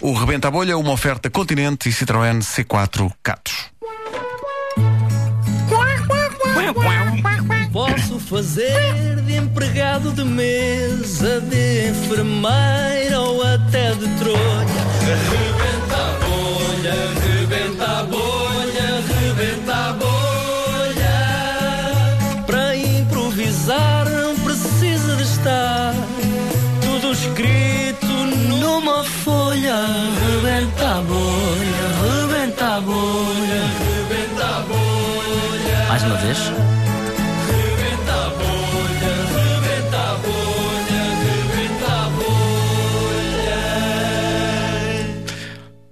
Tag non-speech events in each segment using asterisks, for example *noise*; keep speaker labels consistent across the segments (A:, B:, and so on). A: O Rebenta a Bolha, uma oferta Continente e Citroën C4 Catos.
B: Posso fazer de empregado de mesa, de enfermeira ou até de trolha. Rebenta a bolha, rebenta a bolha, rebenta a bolha. Para improvisar não precisa de estar tudo escrito numa folha. Rebenta a bolha, rebenta a bolha, rebenta a bolha. Mais uma vez?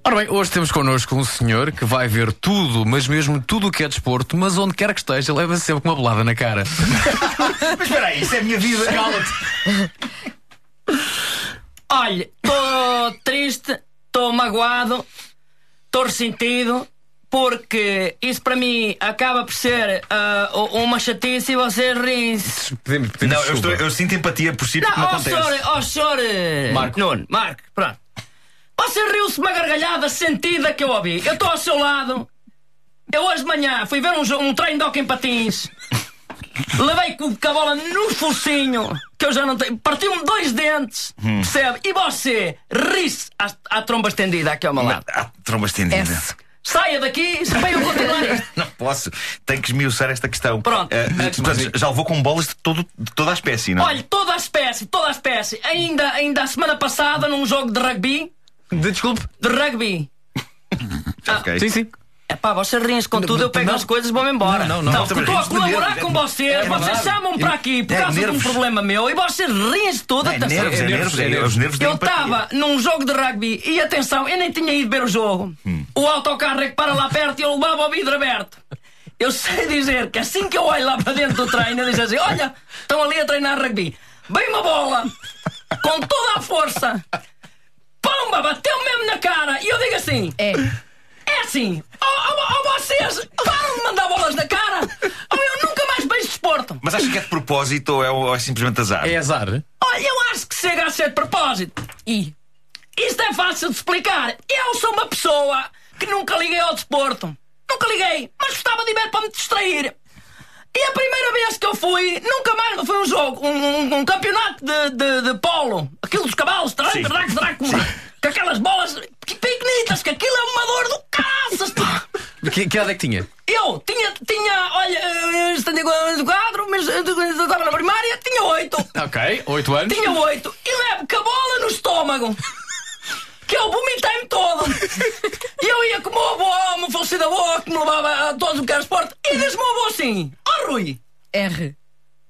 C: Ora bem, hoje temos connosco um senhor que vai ver tudo, mas mesmo tudo o que é desporto, mas onde quer que esteja, leva sempre com uma bolada na cara.
D: Mas espera aí, isso é a minha vida.
B: Olha, estou triste, estou magoado, estou ressentido, porque isso para mim acaba por ser ah, u- uma chatice e vocês riem-se.
C: Pedimos, pedimos
D: Não, eu,
C: desculpa.
D: estou- eu sinto empatia por si porque me
B: Não, oh
D: acontece.
B: senhor, oh senhor. eh,
C: Marco.
B: Nuno, Marco, pronto. Você riu-se uma gargalhada sentida que eu ouvi. Eu estou ao seu lado. Eu hoje de manhã fui ver um, jo- um treino de hockey em patins. Levei com com a bola no focinho, que eu já não tenho. Partiu-me dois dentes, percebe? E você ri-se à, à tromba estendida aqui ao meu lado.
D: Ah, tromba estendida.
B: Saia daqui, para eu continuar isto.
D: Não posso. Tenho que esmiuçar esta questão.
B: Pronto.
D: Ah, portanto, já levou com bolas de, todo, de toda a espécie, não é?
B: Olha, toda a espécie, toda a espécie. Ainda, ainda a semana passada, num jogo de rugby,
C: De- Desculpe.
B: de rugby,
D: Ok.
C: Sim, sim.
B: Epá, vocês riem-se com tudo, eu pego as coisas e vou-me embora. Então,
C: Não, não, não,
B: Estou
D: também
B: a
D: riem-se de
B: colaborar
D: nervos,
B: com
D: é-
B: vocês,
D: é
B: vocês
D: verdade.
B: chamam-me para aqui por
D: É
B: causa de um
D: nervos.
B: problema meu e vocês riem-se tudo.
D: É
B: atenção.
D: nervos, é nervos, é nervos, os nervos da
B: Eu
D: empatia.
B: estava num jogo de rugby e atenção, eu nem tinha ido ver o jogo.
D: Hum.
B: O autocarro é que para lá perto e eu levava o vidro aberto. Eu sei dizer que assim que eu olho lá para dentro do treino, eu digo assim: olha, estão ali a treinar rugby. Bem uma bola, com toda a força, pomba, bateu mesmo na cara. E eu digo assim:
E: É.
B: é assim, ou, vocês param de mandar bolas na cara, ou eu nunca mais vejo desporto.
D: Mas acho que é de propósito ou é, ou é simplesmente azar?
C: É azar.
B: Olha, eu acho que chega a ser de propósito. E isto é fácil de explicar. Eu sou uma pessoa que nunca liguei ao desporto. Nunca liguei, mas gostava de ir ver para me distrair. E a primeira vez que eu fui, nunca mais foi um jogo, um, um- um campeonato de, de, de polo, aquilo dos cavalos, traque,
D: Sim.
B: traque, traque, com aquelas bolas pequenitas, que aquilo é uma dor do caças, pá.
C: Que, que idade é que tinha?
B: Eu tinha, tinha, olha, estando do quadro, mas eh, agora na primária tinha oito.
C: Ok, 8 anos.
B: Tinha oito e levo com a bola no estômago. Que eu vomitei-me todo. E eu ia com o meu avô, uma falecido avô, que me levava a todos o que era esporte. E diz-me o avô assim: Ó Rui,
E: R.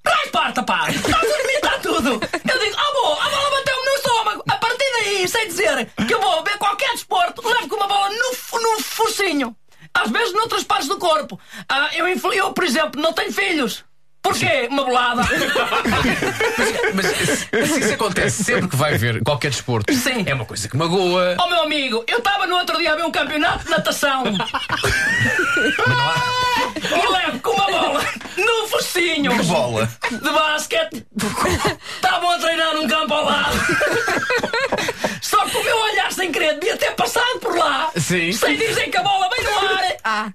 B: traz parte, pá. Estás a vomitar tudo. Eu digo: Ó avô, a bola bateu-me no estômago. A partir daí, sei dizer que eu vou ver qualquer desporto, levo com uma bola no, fo- no focinho. Às vezes noutras partes do corpo. Ah, eu, infel- eu, por exemplo, não tenho filhos. Porquê? Uma bolada.
C: Mas se se isso acontece sempre que vai ver qualquer desporto,
B: Sim.
C: é uma coisa que magoa.
B: Oh meu amigo, eu estava no outro dia a ver um campeonato de
D: *laughs*
B: natação. e levo com uma bola no focinho
D: Que bola!
B: de basquete. Estavam a treinar num campo ao
D: *laughs*
B: lado. Só que o meu olhar sem querer devia ter passado por lá.
C: Sim.
B: Sem dizer que a bola veio no ar.
E: A.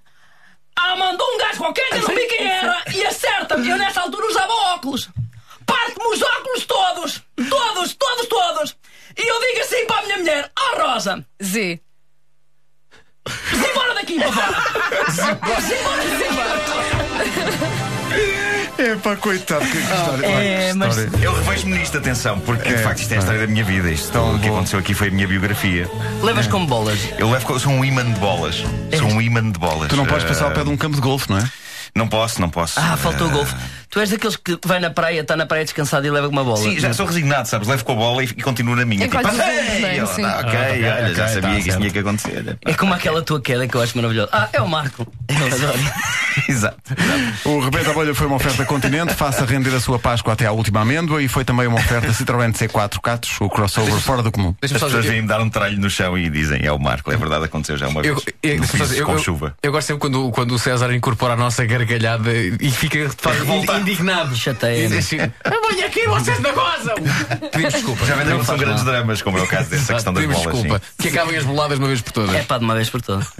B: Ah, mandou um gajo qualquer que eu não vi quem era e acerta-me. Eu nessa altura usava óculos. Parte-me os óculos todos. Todos, todos, todos. E eu digo assim para a minha mulher: Ó Rosa,
E: Z.
B: Vamos embora daqui, papá! Vamos embora daqui!
A: É pá, coitado, que história.
E: é, mas-
D: Eu revejo-me nisto, atenção, porque de
A: É, Tá
D: facto isto é a história da minha vida. Isto, o que
A: bom.
D: aconteceu aqui foi a minha biografia.
B: Levas como bolas.
D: Eu levo, co- sou um imã de bolas.
B: É.
D: Sou um imã de bolas.
A: Tu não podes
D: Ah,
A: passar ao pé de um campo de golfe, não é?
D: Não posso, não posso.
B: Ah, faltou o
D: Ah,
B: golfe. Tu és daqueles que vai na praia, está na praia descansado e leva uma bola.
D: Sim, já sou resignado, sabes? Levo com a bola e, e continuo na minha. Tipo,
E: É quase o
D: "Ei!"
E: mesmo,
D: Eu,
E: sim.
D: "Tá,
C: Ah,
D: ok,
C: ok,
D: olha, já
C: ok, tá
D: sabia que isso
C: certo.
D: tinha que
C: *laughs*
D: acontecer.
B: É como aquela tua queda que eu acho maravilhosa. Ah, é o Marco. Eu adoro.
D: Exato.
A: O Rebenta a Bolha foi uma oferta Continente, faça render a sua Páscoa até à última amêndoa e foi também uma oferta Citroën C4 Catos, o crossover fora do comum.
C: Deixa-me
D: As
C: só
D: pessoas
C: dizer-
D: vêm-me dar um tralho no chão e dizem, é o Marco, é verdade, aconteceu já uma vez.
C: Eu, eu,
D: No
C: deixa-me só
D: quiz
C: dizer, eu,
D: com
C: eu-
D: chuva.
C: eu gosto sempre quando, quando o César incorpora a nossa gargalhada e fica faz,
D: revoltado.
C: e- indignado.
B: Chateia.
C: Diz assim, Eu venho aqui e vocês não gozam! Pedimos desculpa.
D: Já um vendem
C: Não
D: não são
C: faz
D: grandes
C: mal.
D: dramas, como é o caso dessa questão das
C: Pedimos
D: bolas. sim.
C: desculpa. Que acabem as boladas uma vez por todas.
B: É pá, de uma vez por todas.